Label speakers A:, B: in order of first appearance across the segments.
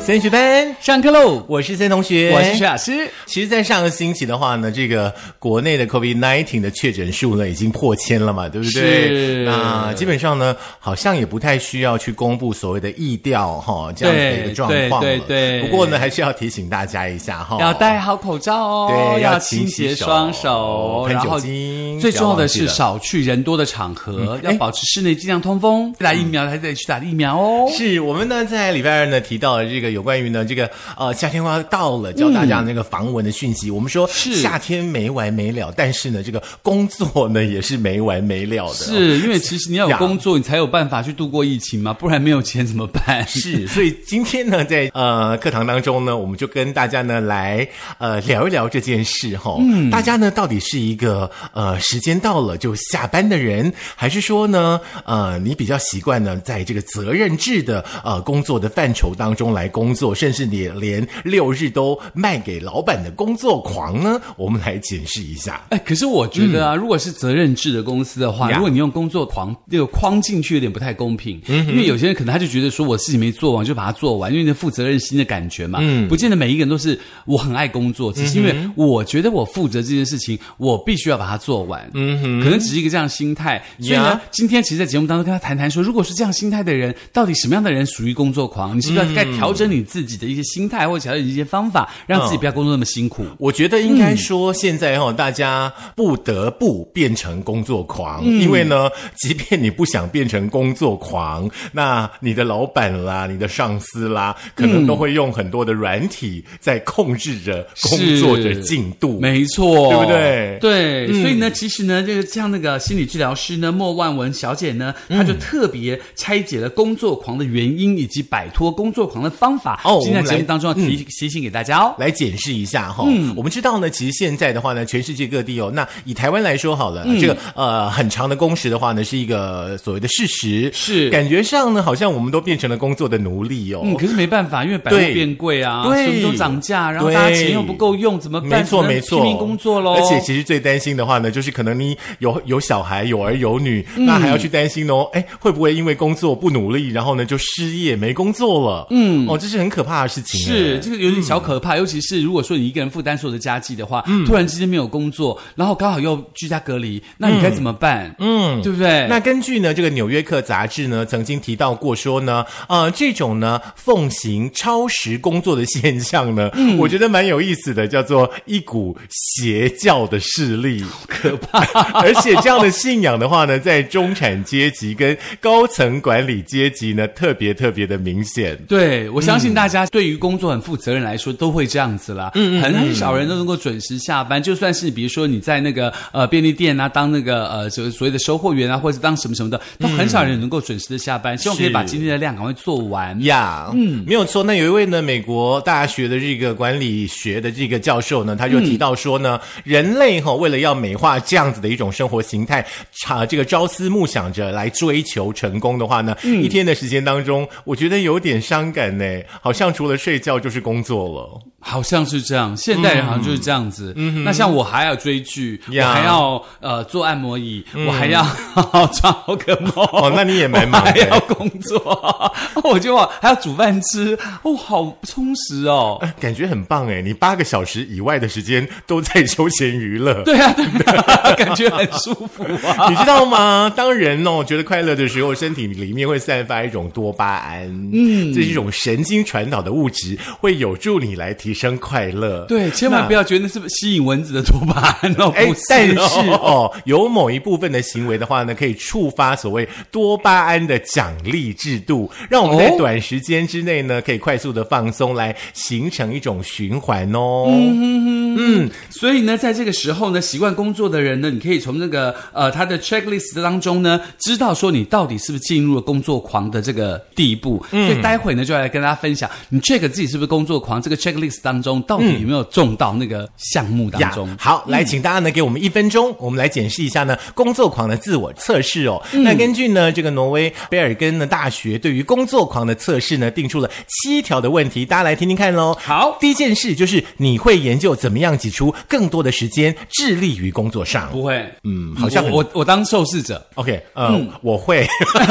A: 森学班，
B: 上课喽！
A: 我是森同学，
B: 我是徐老师。
A: 其实，在上个星期的话呢，这个国内的 COVID-19 的确诊数呢已经破千了嘛，对不对？
B: 是
A: 那基本上呢，好像也不太需要去公布所谓的疫调哈这样子的一个
B: 对
A: 状况
B: 对
A: 了
B: 对对
A: 不过呢，还是要提醒大家一下哈，
B: 要戴好口罩哦，
A: 哦对要
B: 要
A: 勤
B: 清
A: 洗
B: 洁
A: 手
B: 双手，
A: 喷
B: 然
A: 酒
B: 后
A: 精
B: 最重要的
A: 不要忘记
B: 是
A: 了
B: 少去人多的场合，要
A: 哎
B: 保持室内尽量通风。打疫苗还得去打疫苗哦。
A: 嗯是我们呢在礼拜二呢提到了这个有关于呢这个呃夏天快要到了，教大家那个防蚊的讯息。我们说
B: 嗯是
A: 夏天没完没了，但是呢这个工作呢也是没完没了的。
B: 是因为其实你要有
A: 呀
B: 工作，你才有办法去度过疫情嘛，不然没有钱怎么办？
A: 是，所以今天呢，在呃课堂当中呢，我们就跟大家呢来呃聊一聊这件事哈、嗯，大家呢到底是一个呃时间到了就下班的人，还是说呢呃你比较习惯呢在这个责任制的呃工作的范畴当中来工作，甚至你连六日都卖给老板的工作狂呢？我们来解释一下。
B: 哎，可是我觉得啊，如果是责任制的公司的话，
A: 呀
B: 如果你用工作狂这个框进去，有点不太公平。因为有些人可能他就觉得说，我事情没做完就把它做完，因为那负责任心的感觉嘛。不见得每一个人都是我很爱工作，只是因为我觉得我负责这件事情，我必须要把它做完。嗯哼，可能只是一个这样心态。所以呢
A: 呀，
B: 今天其实，在节目当中跟他谈谈说，如果是这样心态的人，到底什么样的人属于工作狂？你是不是要该调整你自己的一些心态，或者调整一些方法，让自己不要工作那么辛苦？
A: 我觉得应该说，现在哈、哦，大家不得不变成工作狂，
B: 嗯
A: 因为呢，即便你不想变成工作狂，那你的老板啦、你的上司啦，可能都会用很多的软体在控制着工作的进度。
B: 嗯没错，
A: 对不对嗯
B: 对，所以呢，其实呢，这个像那个心理治疗师呢，莫万文小姐呢，
A: 嗯
B: 她就特别拆解了工作狂的原因以及摆脱工作狂的方法。
A: 哦
B: 今天
A: 我们来
B: 在节目当中要提提醒给大家哦。
A: 来检视一下哈、
B: 嗯
A: 我们知道呢，其实现在的话呢，全世界各地哦，那以台湾来说好了，
B: 嗯
A: 这个呃很长的工时的话呢，是一个所谓的事实，
B: 是
A: 感觉上呢，好像我们都变成了工作的奴隶哦。
B: 嗯，可是没办法，因为百货
A: 对
B: 变贵啊，
A: 对
B: 什么都涨价，然后
A: 对
B: 大家钱又不够用，怎么办？
A: 没错，
B: 只能
A: 没错，
B: 拼命工作喽。
A: 而且其实最担心的话呢，就是可能你有有小孩、有儿有女，
B: 嗯
A: 那还要去担心哦，哎，会不会因为工作不努力，然后呢就失业没工作了？嗯，哦，这是很可怕的事情。
B: 是，
A: 哎
B: 这个有点小可怕，尤其是如果说你一个人负担所有的家计的话，
A: 嗯
B: 突然之间没有工作，然后刚好又居家隔离，那你该怎么办？嗯，对不对？
A: 那根据呢这个《纽约客》杂志呢曾经提到过说呢，呃，这种呢奉行超时工作的现象呢，我觉得蛮有意思的，叫做一股邪教的势力，可怕。 而且这样的信仰的话呢，在中产阶级跟高层管理阶级呢，特别特别的明显。
B: 对，我相信大家对于工作很负责任来说，都会这样子啦。嗯很很少人都能够准时下班，就算是比如说你在那个呃便利店啊，当那个呃所所谓的收货员啊，或者是当什么什么的，都很少人能够准时的
A: 嗯
B: 下班。希望可以把今天的量赶快做完。
A: 呀，嗯，没有错。那有一位呢，美国大学的这个管理学的这个教授呢，他就提到说呢，人类哈、为了要美化这样子的一种生活形态，啊，这个朝思暮想着来追求成功的话呢，一天的时间当中，我觉得有点伤感呢，好像除了睡觉就是工作了。
B: 好像是这样，现代人好像就是这样子。那像我还要追剧，我
A: 嗯呀嗯
B: 还要呃做按摩椅，我还要 抓宝可梦。
A: 哦，那你也蛮忙
B: 还要
A: 的。
B: 工作， 我就还要煮饭吃，哦，好充实哦。
A: 啊感觉很棒哎！你八个小时以外的时间都在 休闲娱乐，
B: 对啊，对啊，感觉很舒服啊。
A: 你知道吗？当人哦觉得快乐的时候，身体里面会散发一种多巴胺，嗯，这是一种神经传导的物质，会有助你来提升快乐。
B: 对，千万不
A: 要。
B: 要觉得那是吸引蚊子的多巴胺哦，
A: 哎
B: 不是、哦，
A: 但是哦，有某一部分的行为的话呢，可以触发所谓多巴胺的奖励制度，让我们在
B: 哦
A: 短时间之内呢，可以快速的放松，来形成一种循环哦。
B: 嗯
A: 嗯
B: 所以呢，在这个时候呢，习惯工作的人呢，你可以从那个呃他的 checklist 当中呢，知道说你到底是不是进入了工
A: 嗯
B: 作狂的这个地步。所以待会呢，就要来跟大家分享，你 check 自己是不是工作狂，这个 checklist list 当中，到底有没有中到那个项目当
A: 呀
B: 中？
A: 好，来，请大家呢给我们一分钟，我们来检视一下呢工作狂的自我测试哦。
B: 嗯
A: 那根据呢这个挪威贝尔根的大学对于工作狂的测试呢，定出了七条的问题，大家来听听看喽。
B: 好
A: 第一件事就是你会研究怎么样挤出更多的时间致力于工作上。
B: 不会，嗯，
A: 好像很
B: 我我我当受试者，
A: OK，、呃、嗯，我会。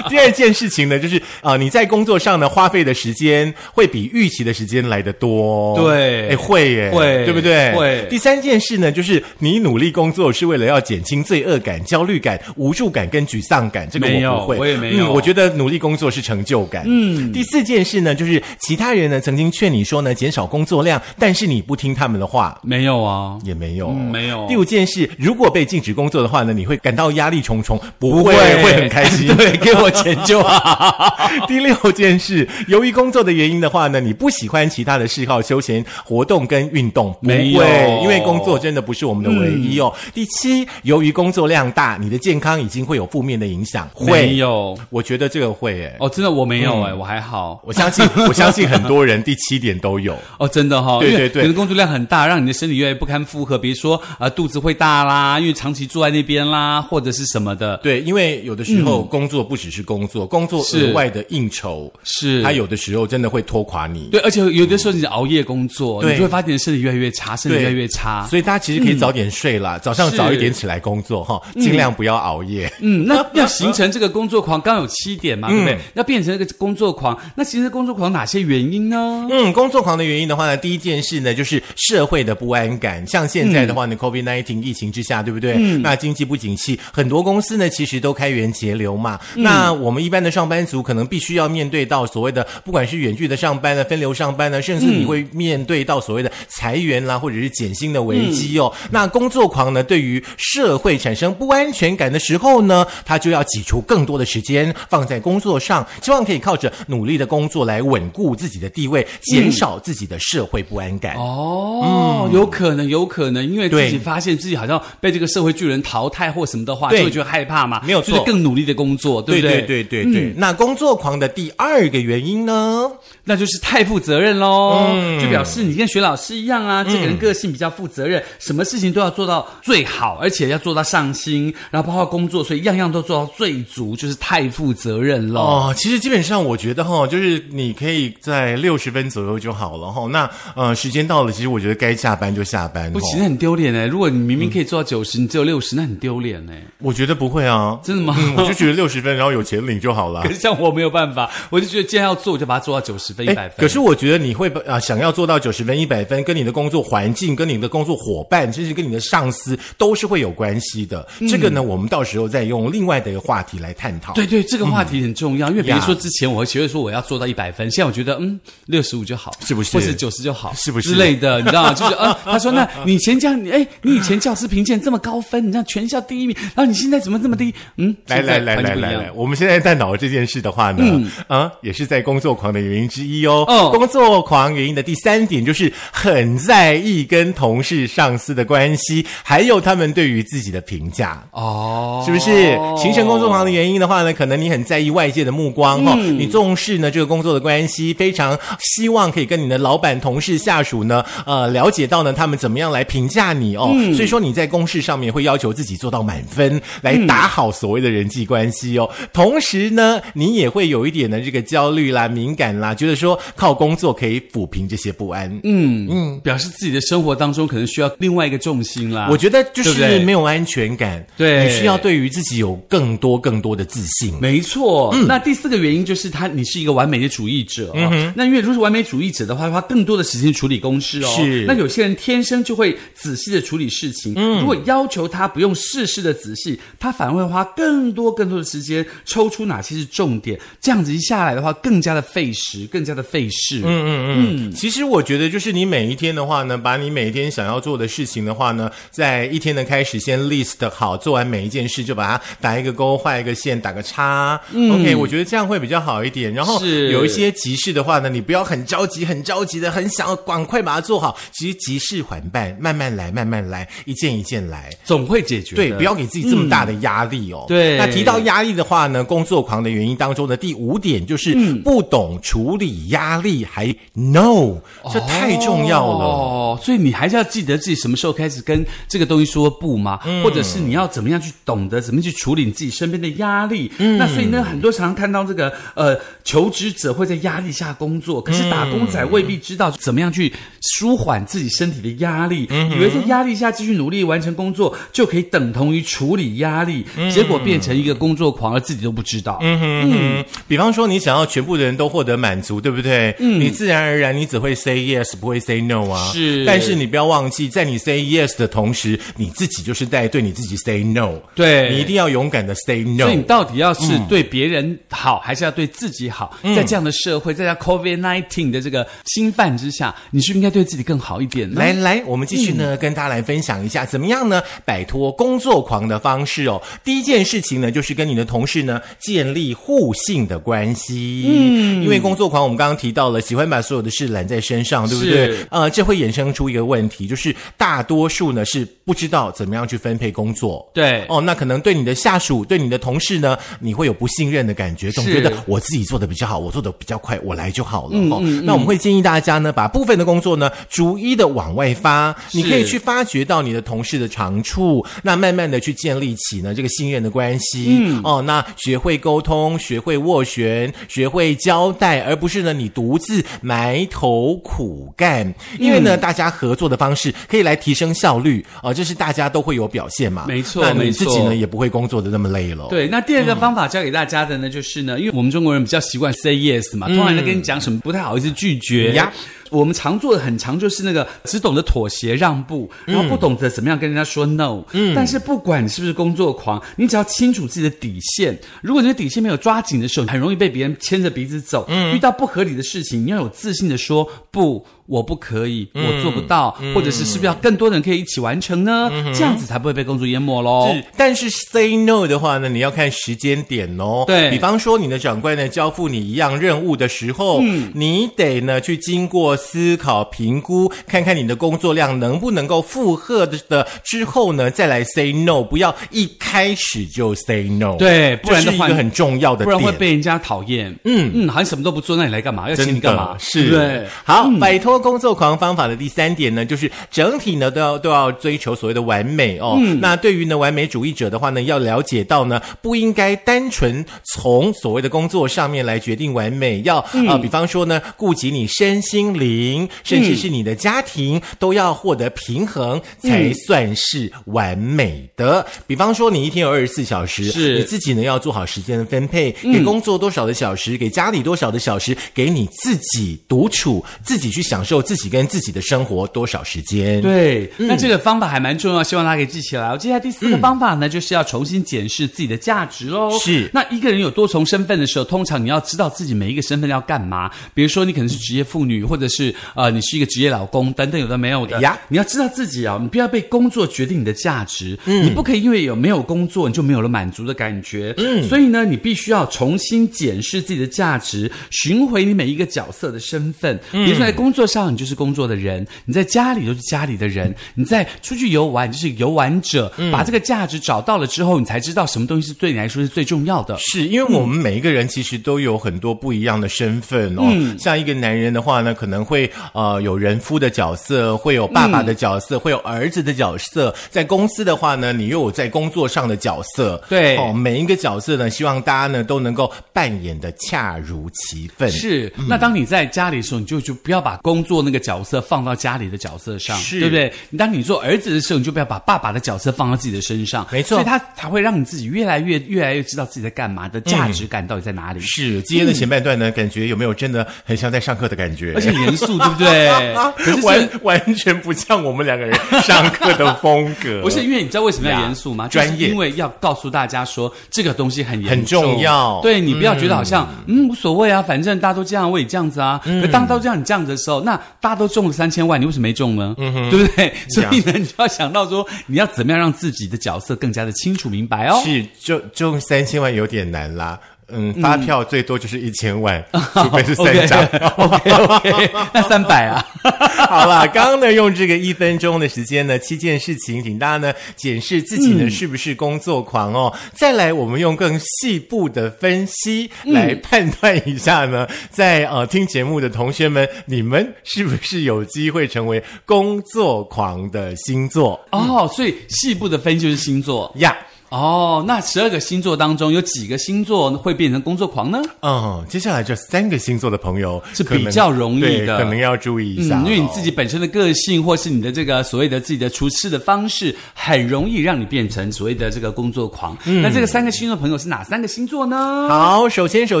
A: 第二件事情呢，就是啊、呃你在工作上呢花费的时间会比预期的时间来得多。
B: 对
A: 哎，会耶，
B: 会
A: 对不对？
B: 会
A: 第三件事呢，就是你努力工作是为了要减轻罪恶感、焦虑感、无助感跟沮丧感，这个
B: 没有
A: 我不会，
B: 我也没有
A: 嗯我觉得努力工作是成就感。嗯，第四件事呢，就是其他人呢曾经劝你说呢减少工作量，但是你不听他们的话。
B: 没有啊，
A: 也没有，
B: 嗯没有
A: 第五件事，如果被禁止工作的话呢，你会感到压力重重，不
B: 不
A: 会会很开 心。
B: 对，给我钱就好。
A: 第六件事，由于工作的原因的话呢，你不喜欢其他的嗜好、休闲活动跟运动，不会
B: 没有，嗯
A: 因为工作真的不是我们的唯一哦。第七，由于工作量大，你的健康已经会有负面的影响，
B: 没
A: 会，嗯
B: 有
A: 我觉得这个会诶。
B: 哦，真的我没有哎、我还好。
A: 我 相信，我相信很多人第七点都有。
B: 哦，真的哈、哦，
A: 对
B: 因
A: 对
B: 为
A: 对
B: 可能工作量很大，让你的身体越来越不堪负荷，比如说啊、呃肚子会大啦，因为长期坐在那边啦，或者是什么的，
A: 对，因为有的时候工作不只是工作，工作
B: 嗯是
A: 额外的应酬，
B: 是
A: 它有的时候真的会拖垮你。
B: 对，而且有的时候你熬夜工作，
A: 对
B: 你就会发现身体越来越差，身体
A: 对
B: 越来越差。
A: 所以大家其实可以早点睡啦，早上
B: 是
A: 早一点起来工作哈，尽量不要熬夜。
B: 嗯， 那要形成这个工作狂，刚刚有七点
A: 嗯
B: 嘛，对不对？要变成这个工作狂，那其实工作狂哪些原因呢？
A: 嗯，工作狂的原因的话呢，第一件事呢就是社会的不安感。像现在的
B: 嗯
A: 话呢、c o v i d nineteen 疫情之下，对不对？那经济不景气，很多公司呢其实都开源节流嘛。
B: 嗯
A: 那我们一般的上班族可能必须要面对到所谓的，不管是远距的上班啊呢、分流上班呢，甚至
B: 嗯
A: 你会面对到所谓的裁员啦，或者是减薪的危机哦。
B: 嗯
A: 那工作狂呢，对于社会产生不安全感的时候呢，他就要挤出更多的时间放在工作上，希望可以靠着努力的工作来稳固自己的地位，减少自己的社会不安感。
B: 哦，有可能，有可能，因为
A: 嗯
B: 自
A: 对
B: 己发现自己好像被这个社会巨人淘汰或什么的话，
A: 对
B: 就会觉得害怕嘛，
A: 没有错
B: 就是更努力的工作，对
A: 对对
B: 不对？嗯
A: 对对对，那工作狂的第二个原因呢？
B: 那就是太负责任喽，
A: 嗯
B: 就表示你跟学老师一样啊，这个人个性比较负责任，什么事情都要做到最好，而且要做到上心，然后包括工作，所以样样都做到最足，就是太负责任喽。
A: 哦，其实基本上我觉得哈，就是你可以在六十分左右就好了哈。那呃，时间到了，其实我觉得该下班就下班。哦
B: 不
A: 吼
B: 行，那很丢脸哎！如果你明明可以做到九十、你只有六十，那很丢脸哎。
A: 我觉得不会啊，
B: 真的吗
A: 嗯我就觉得六十分，然后有钱领就好了
B: 可。是 像我没有办法，我就觉得既然要做，我就把它做到九十分、一百
A: 哎
B: 分。
A: 可是我觉得你会把啊、想要做到九十分、一百分，跟你的工作环境、跟你的工作伙伴，甚至跟你的上司，都是会有关系的。这个呢，我们到时候再用另外的一个话题来探讨。
B: 嗯对对，这个话题很重要，因为比如
A: 嗯呀
B: 说之前我会学会说我要做到一百分，现在我觉得嗯六十五就好，
A: 是不是
B: 或是九十就好，
A: 是不是
B: 之类的？你知道吗？就是 啊，他说那你以前这样，你哎，你以前教师评鉴这么高分，你像全校第一名，然后你现在怎么这么低？嗯，
A: 来
B: 现在
A: 来来
B: 环
A: 来
B: 境不一
A: 来
B: 样嗯
A: 来，我们现在探讨这件事的话呢，啊，也是在工作狂的原因之一哦。
B: 哦
A: 工作狂原因的第三点就是很在意跟同事、上司的关系，还有他们对于自己的评价。
B: 哦，
A: 是不是形成工作狂的原因的话呢？可能你很在意外界的目光哈、
B: 嗯
A: 你重视呢这个工作的关系，非常希望可以跟你的老板、同事、下属呢，呃，了解到呢他们怎么样来评价你哦。
B: 嗯
A: 所以说你在公事上面会要求自己做到满分，来打好所谓的人际关系哦。同时呢，你也会有一点的这个焦虑啦、敏感啦，觉得说靠工作可以抚平这些不安。
B: 嗯，表示自己的生活当中可能需要另外一个重心啦。
A: 我觉得就
B: 对不对
A: 是没有安全感，
B: 对
A: 你需要对于自己有更多更多的自信。
B: 没错，
A: 嗯
B: 那第四个原因就是他，你是一个完美的主义者、哦。那因为如果是完美主义者的话，花更多的时间处理公事哦。
A: 是嗯
B: 那有些人天生就会仔细的处理事情，如果要求他不用事事的仔细，他反而会花更多更多的时间抽出哪些是重点。这样子一下来的话，更加的费时，更加的费事。嗯，
A: 其实我觉得，就是你每一天的话呢，把你每一天想要做的事情的话呢，在一天的开始先 list 好，做完每一件事就把它打一个勾，画一个线，打个叉。OK，我觉得这样会比较好一点。然后
B: 嗯是
A: 有一些急事的话呢，你不要很着急，很着急的，很想要赶快把它做好。其实急事缓办，慢慢来，慢慢来，一件一件来。
B: 总会解决的。
A: 对，不要给自己这么大的压力哦。
B: 嗯对
A: 那提到
B: 嗯
A: 压力的话呢，工作狂的原因当中的第五点就是不懂处理压力以还 no，这太重要了。
B: 哦，所以你还是要记得自己什么时候开始跟这个东西说不吗？
A: 嗯
B: 或者是你要怎么样去懂得怎么去处理你自己身边的压力？
A: 嗯
B: 那所以呢，很多常常看到这个呃，求职者会在压力下工作，可是打工仔未必知道怎么样去舒缓自己身体的压力，
A: 嗯
B: 以为在压力下继续努力完成工作就可以等同于处理压力，结果变成一个工作狂，而自己都不知道。
A: 嗯，比方说你想要全部的人都获得满足，对不对？嗯，你自然而然你只会 say yes，不会 say no 啊。
B: 是
A: 但是你不要忘记，在你 say yes 的同时，你自己就是在对你自己 say no。
B: 对
A: 你一定要勇敢的 say no。
B: 所以你到底要是对别人好，还是要对自己好？在这样的社会，在这样 COVID nineteen 的这个侵犯之下，你是不是应该对自己更好一点呢？嗯
A: 来来，我们继续呢，跟大家来分享一下怎么样呢摆脱工作狂的方式哦。第一件事情呢，就是跟你的同事呢建立互信的关系。嗯，因为工作狂我们刚刚提到了，喜欢把所有的事揽在身上，对不对
B: 是？
A: 呃，这会衍生出一个问题，就是大多数呢是不知道怎么样去分配工作。
B: 对
A: 哦，那可能对你的下属、对你的同事呢，你会有不信任的感觉，总觉得
B: 是嗯
A: 我自己做的比较好，我做的比较快，我来就好了。哦，那我们会建议大家呢，把部分的工作呢，逐一的往外发，你可以去发掘到你的同事的长处，那慢慢的去建立起呢这个信任的关系。嗯，哦，那学会沟通，学会斡旋，学会交代，而不是呢你独自埋头苦干。因为呢，
B: 嗯
A: 大家合作的方式可以来提升效率啊、哦这是大家都会有表现嘛。
B: 没错
A: 那你
B: 没
A: 自
B: 错
A: 己呢也不会工作的那么累了。。
B: 对，那第二个方法教给大家的呢，就是
A: 嗯
B: 呢，因为我们中国人比较习惯 say yes 嘛，突然呢跟你讲什么不太好意思拒绝。
A: 呀
B: 我们常做的很常就是那个只懂得妥协让步，
A: 嗯
B: 然后不懂得怎么样跟人家说 no。嗯，但是不管你是不是工作狂，你只要清楚自己的底线。如果你的底线没有抓紧的时候，你很容易被别人牵着鼻子走。嗯，遇到不合理的事情，你要有自信的说不，我不可以，我做不到，
A: 嗯
B: 或者是是不是要更多人可以一起完成呢？这样子才不会被工作淹没喽。
A: 是，哦但是 say no 的话呢，你要看时间点哦。
B: 对
A: 比方说你的长官呢交付你一样任务的时候，嗯，你得呢去经过思考评估，看看你的工作量能不能够负荷的的之后呢，再来 say no，不要一开始就 say no。
B: 对不然
A: 这
B: 的
A: 是一
B: 话
A: 个很重要的
B: 不然会
A: 点。
B: 被人家讨厌。嗯嗯，好像什么都不做，那你来干嘛？要请
A: 真
B: 你
A: 的
B: 干嘛？对
A: 是
B: 不对。嗯
A: 好，摆脱工作狂方法的第三点呢，就是整体呢都要都要追求所谓的完美哦。
B: 嗯
A: 那对于呢完美主义者的话呢，要了解到呢，不应该单纯从所谓的工作上面来决定完美，要啊、
B: 嗯
A: 呃比方说呢，顾及你身心灵，甚至是你的家庭，都要获得平衡，
B: 嗯
A: 才算是完美的。比方说，你一天有二十四小时，
B: 是
A: 你自己呢要做好时间的分配，
B: 嗯
A: 给工作多少的小时，给家里多少的小时，给你自己独处，自己去享受自己跟自己的生活多少时间。
B: 对，
A: 嗯
B: 那这个方法还蛮重要，希望大家可以记起来哦。接下来第四个方法呢，就是要重新检视自己的价值喽。
A: 是
B: 那一个人有多重身份的时候，通常你要知道自己每一个身份要干嘛。比如说，你可能是职业妇女，或者是呃，你是一个职业老公等等，有的没有的。
A: 哎呀
B: 你要知道自己啊，你不要被工作决定你的价值。嗯，你不可以因为有没有工作，你就没有了满足的感觉。嗯，所以呢，你必须要重新检视自己的价值，寻回你每一个角色的身份。比如说，在工作上，你就是工作的人；你在家里就是家里的人；你在出去游玩，你就是游玩者。把这个价值找到了之后，你才知道什么东西是对你来说是最重要的。
A: 是因为我们每一个人其实都有很多不一样的身份哦。
B: 嗯
A: 像一个男人的话呢，可能会呃有人夫的角色，会有爸爸的角色，
B: 嗯
A: 会有儿子的角色。在公司的话呢，你又有在工作上的角色。
B: 对
A: 哦，每一个角色呢，希望大家呢都能够扮演的恰如其分。
B: 是，那当你在家里的时候，你就就不要把工作那个角色放到家里的角色上，
A: 是
B: 对不对？你当你做儿子的时候，你就不要把爸爸的角色放到自己的身上，
A: 没错
B: 所以他才会让你自己越来越越来越知道自己在干嘛的价值感到底在哪里，嗯
A: 是，今天的前半段呢，感觉有没有真的很像在上课的感觉？
B: 而且很严肃，对 不对？可是
A: 完
B: 是。
A: 完全不像我们两个人上课的风格。
B: 不是，因为你知道为什么要严肃吗？
A: 专业
B: 就是因为要告诉大家说这个东西很严
A: 很重要
B: 对你不要觉得好像嗯无所谓啊，反正大家都这样，我也这样子啊。
A: 嗯
B: 可大家都这样，你这样子的时候，那大家都中了三千万，你为什么没中呢？
A: 嗯
B: 对不对？所以呢，你就要想到说你要怎么样让自己的角色更加的清楚明白哦。
A: 是中中三千万有点难啦。嗯，哦发票最多就是一千 万，除非是三张。
B: OK OK，那三百啊。
A: 好啦，刚刚呢用这个一分钟的时间呢，七件事情，请大家呢检视自己呢是不是工作狂哦。再来，我们用更细部的分析
B: 嗯
A: 来判断一下呢，在呃听节目的同学们，你们是不是有机会成为工作狂的星座
B: 哦，所以细部的分析就是星座。
A: 呀？
B: 哦，那十二个星座当中有几个星座会变成工作狂呢？
A: 嗯，接下来这三个星座的朋友
B: 是
A: 可能
B: 比较容易
A: 对
B: 的
A: 可能要注意一下、哦
B: 嗯，因为你
A: 己。
B: 自己本身的个性，或是你的这个所谓的自己的处事的方式，很容易让你变成所谓的这个工作狂。
A: 嗯
B: 那这个三个星座朋友是哪三个星座呢？
A: 好，首先首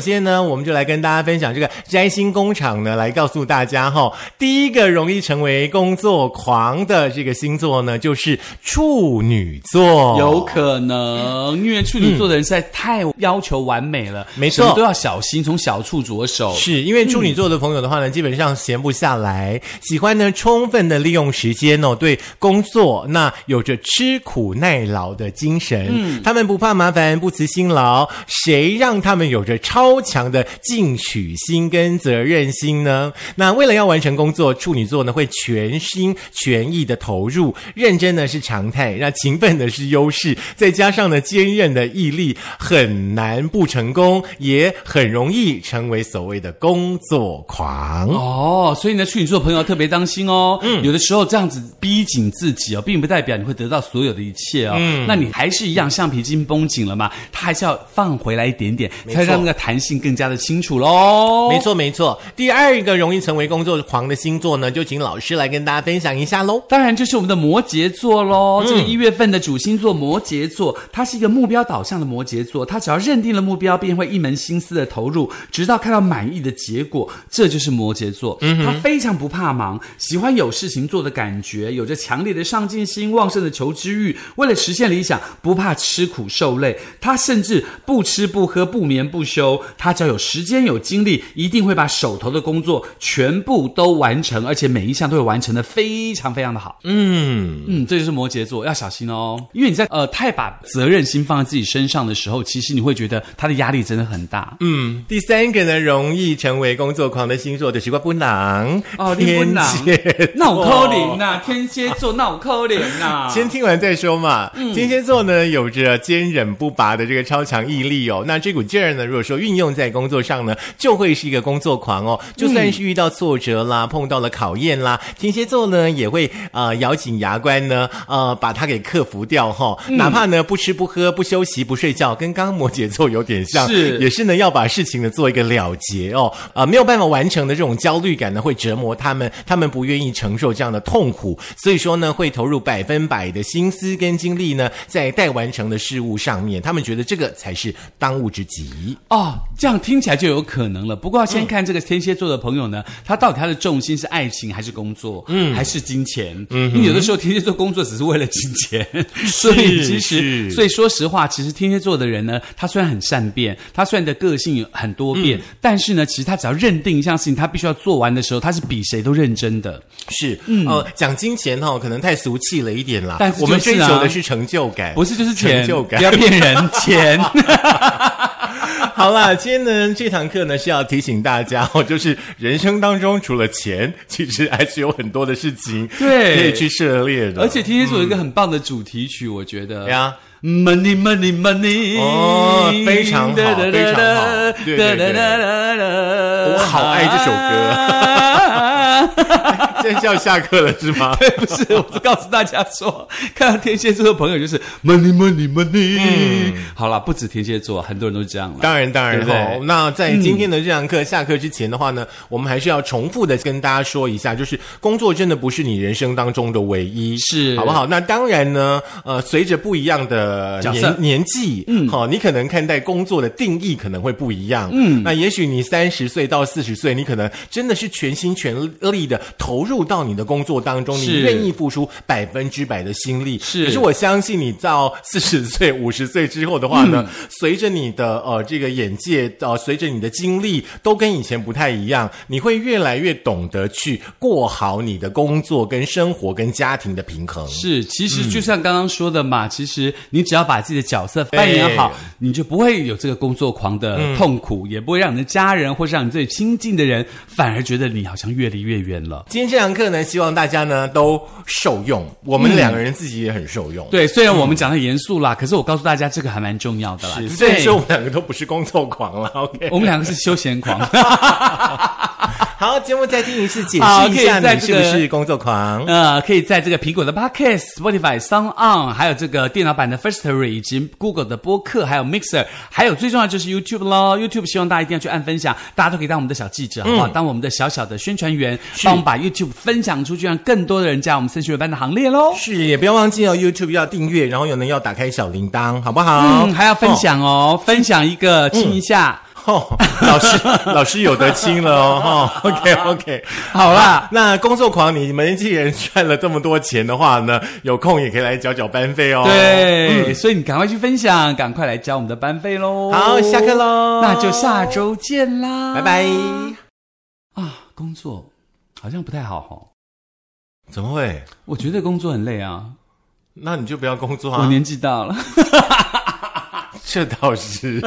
A: 先呢，我们就来跟大家分享这个摘星工厂呢，来告诉大家哈、第一个容易成为工作狂的这个星座呢，就是处女座。
B: 有可能，因为处女座的人实在太要求完美了，
A: 没错
B: 什么都要小心，从小处着手。
A: 是因为处女座的朋友的话呢，基本上闲不下来，喜欢呢充分的利用时间哦，对工作那有着吃苦耐劳的精神，
B: 嗯
A: 他们不怕麻烦，不辞辛劳，谁让他们有着超强的进取心跟责任心呢？那为了要完成工作，处女座呢会全心全意的投入，认真呢是常态，那勤奋呢是优势，再加上呢坚韧的毅力，很难不成功，也很容易成为所谓的工作狂。
B: 哦，所以呢，处女座的朋友特别当心哦。嗯，有的时候这样子逼紧自己哦，并不代表你会得到所有的一切哦。嗯，那你还是一样，橡皮筋绷紧了嘛，它还是要放回来一点点，
A: 没错
B: 才让那个弹性更加的清楚喽。
A: 没。错，没错。第二个容易成为工作狂的星座呢，就请老师来跟大家分享一下喽。
B: 当然就是我们的摩羯座喽。
A: 嗯
B: 这个一月份的主星座摩羯座，它是一个目标导向的摩羯座，它只要认定了目标，便会一门心思的投入，直到看到满意的结果。这就是摩羯座，
A: 嗯
B: 他非常不怕忙，喜欢有事情做的感觉，有着强烈的上进心、旺盛的求知欲，为了实现理想，不怕吃苦受累。他甚至不吃不喝、不眠不休，他只要有时间、有精力，一定会把手头的工作全部都完成，而且每一项都会完成的非常非常的好。
A: 嗯，
B: 嗯，这就是摩羯座，要小心哦，因为你在呃太把责任心放在自己身上的时候，其实你会觉得他的压力真的很 大。
A: 嗯，第三个呢，容易成为工作狂的星座就是瓜布囊
B: 哦，你不能
A: 天蝎座，
B: 那我扣零呐，天蝎座那我扣啊零 呐，
A: 先听完再说嘛。天蝎座呢，有着坚韧不拔的这个超强毅力哦。那这股劲儿呢，如果说运用在工作上呢，就会是一个工作狂哦。就算是遇到挫折啦，碰到了考验啦，天蝎座呢也会呃咬紧牙关呢，呃把它给克服掉哈、哪怕呢不吃不喝不休息不睡觉，跟刚刚摩羯座有点像，
B: 是
A: 也是呢要把事情呢做一个了结哦。呃，没有办法完成的这种焦虑感呢，会折磨他们，他们不愿意承受这样的痛苦，所以说呢，会投入百分百的心思跟精力呢，在待完成的事物上面，他们觉得这个才是当务之急。
B: 哦，这样听起来就有可能了。不过
A: 嗯
B: 要先看这个天蝎座的朋友呢，他到底他的重心是爱情还是工作，嗯，还是金钱？嗯，因为有的时候天蝎座工作只是为了金 钱，所以其
A: 是
B: 实，所以说实话，其实天蝎座的人呢，他虽然很善变，他虽然的个性很多
A: 嗯
B: 变，但是呢，其实他只要认定一项事情，他必须要做完的时候，他是比谁都认真的。
A: 是，呃，讲金钱哈、哦，可能太俗气了一点啦。
B: 嗯但是就是啊
A: 我们追求的是成就感，
B: 不是就是钱，
A: 成就感
B: 不。要骗人， 钱。
A: 好啦，今天呢这堂课呢是要提醒大家 哦，就是人生当中除了钱，其实还是有很多的事情
B: 对
A: 可以去涉猎的，
B: 而且天蝎座有一个很棒的主题曲，我觉得。
A: 啊呀。
B: Money, money, money！
A: 哦非常好非常好对对对
B: 对
A: 我好爱这首
B: 歌。
A: 现在就要下课了是吗？
B: 不是，我是告诉大家说，看到天蝎座的朋友就是 money, money, money。好
A: 嗯
B: 啦，不止天蝎座，很多人都这样了。
A: 当然，当然
B: 对不对
A: 哦。那在今天的这堂课下课之前的话呢，我们还是要重复的跟大家说一下，就是工作真的不是你人生当中的唯一，
B: 是
A: 好不好？那当然呢，呃，随着不一样的
B: 角色
A: 年年纪，嗯，好、你可能看待工作的定义可能会不一样，嗯，那也许你三十岁到四十岁，你可能真的是全心全力的投入到你的工作当中，你
B: 是
A: 愿意付出百分之百的心力。
B: 是
A: 可是我相信你到四十岁、 五十岁之后的话呢，随着你的呃这个眼界，呃，随着你的经历都跟以前不太一样，你会越来越懂得去过好你的工作、跟生活、跟家庭的平衡。
B: 是，其实
A: 嗯
B: 就像刚刚说的嘛，其实你只要把自己的角色扮演好
A: 对，嗯
B: 你就不会有这个工作狂的痛苦，也不会让你的家人或是让你最亲近的人反而觉得你好像越离越远了。
A: 今天这堂课呢，希望大家呢都受用，我们两个人自己也很受用。
B: 对，虽然我们讲的严肃啦，可是我告诉大家，这个还蛮重要的啦。
A: 嗯是，
B: 对
A: 虽然说我们两个都不是工作狂 了，OK。
B: 我们两个是休闲狂。
A: 好，节目再听一次，解
B: 好
A: 释一下
B: 可以在
A: 你是
B: 这
A: 不
B: 个
A: 是工作狂。
B: 呃，可以在这个苹果的 Podcast、Spotify、Sound On，还有这个电脑版的 Firstory，以及 Google 的播客，还有 Mixer，还有最重要的就是 YouTube 咯。YouTube 希望大家一定要去按分享，大家都可以当我们的小记者，
A: 嗯
B: 好不好？当我们的小小的宣传员，帮我们把 YouTube 分享出去，让更多的人加入我们升学班的行列喽。
A: 是，也不要忘记哦，YouTube 要订阅，然后有人要打开小铃铛，好不好？
B: 嗯，还要分享哦，分享一个，亲一下。
A: 哦。哦老 师，老师有得亲了哦。哦 OK OK，
B: 好啦，
A: 那工作狂，你们既然赚了这么多钱的话呢，有空也可以来缴缴班费哦。，嗯
B: 对，所以你赶快去分享，赶快来交我们的班费喽。
A: 好，下课，喽，
B: 那就下周见啦，
A: 拜拜。
B: 啊，工作好像不太好哦。
A: 怎么会？
B: 我觉得工作很累啊，
A: 那你就不要工作
B: 我
A: 啊，
B: 年纪大了。
A: 这倒是。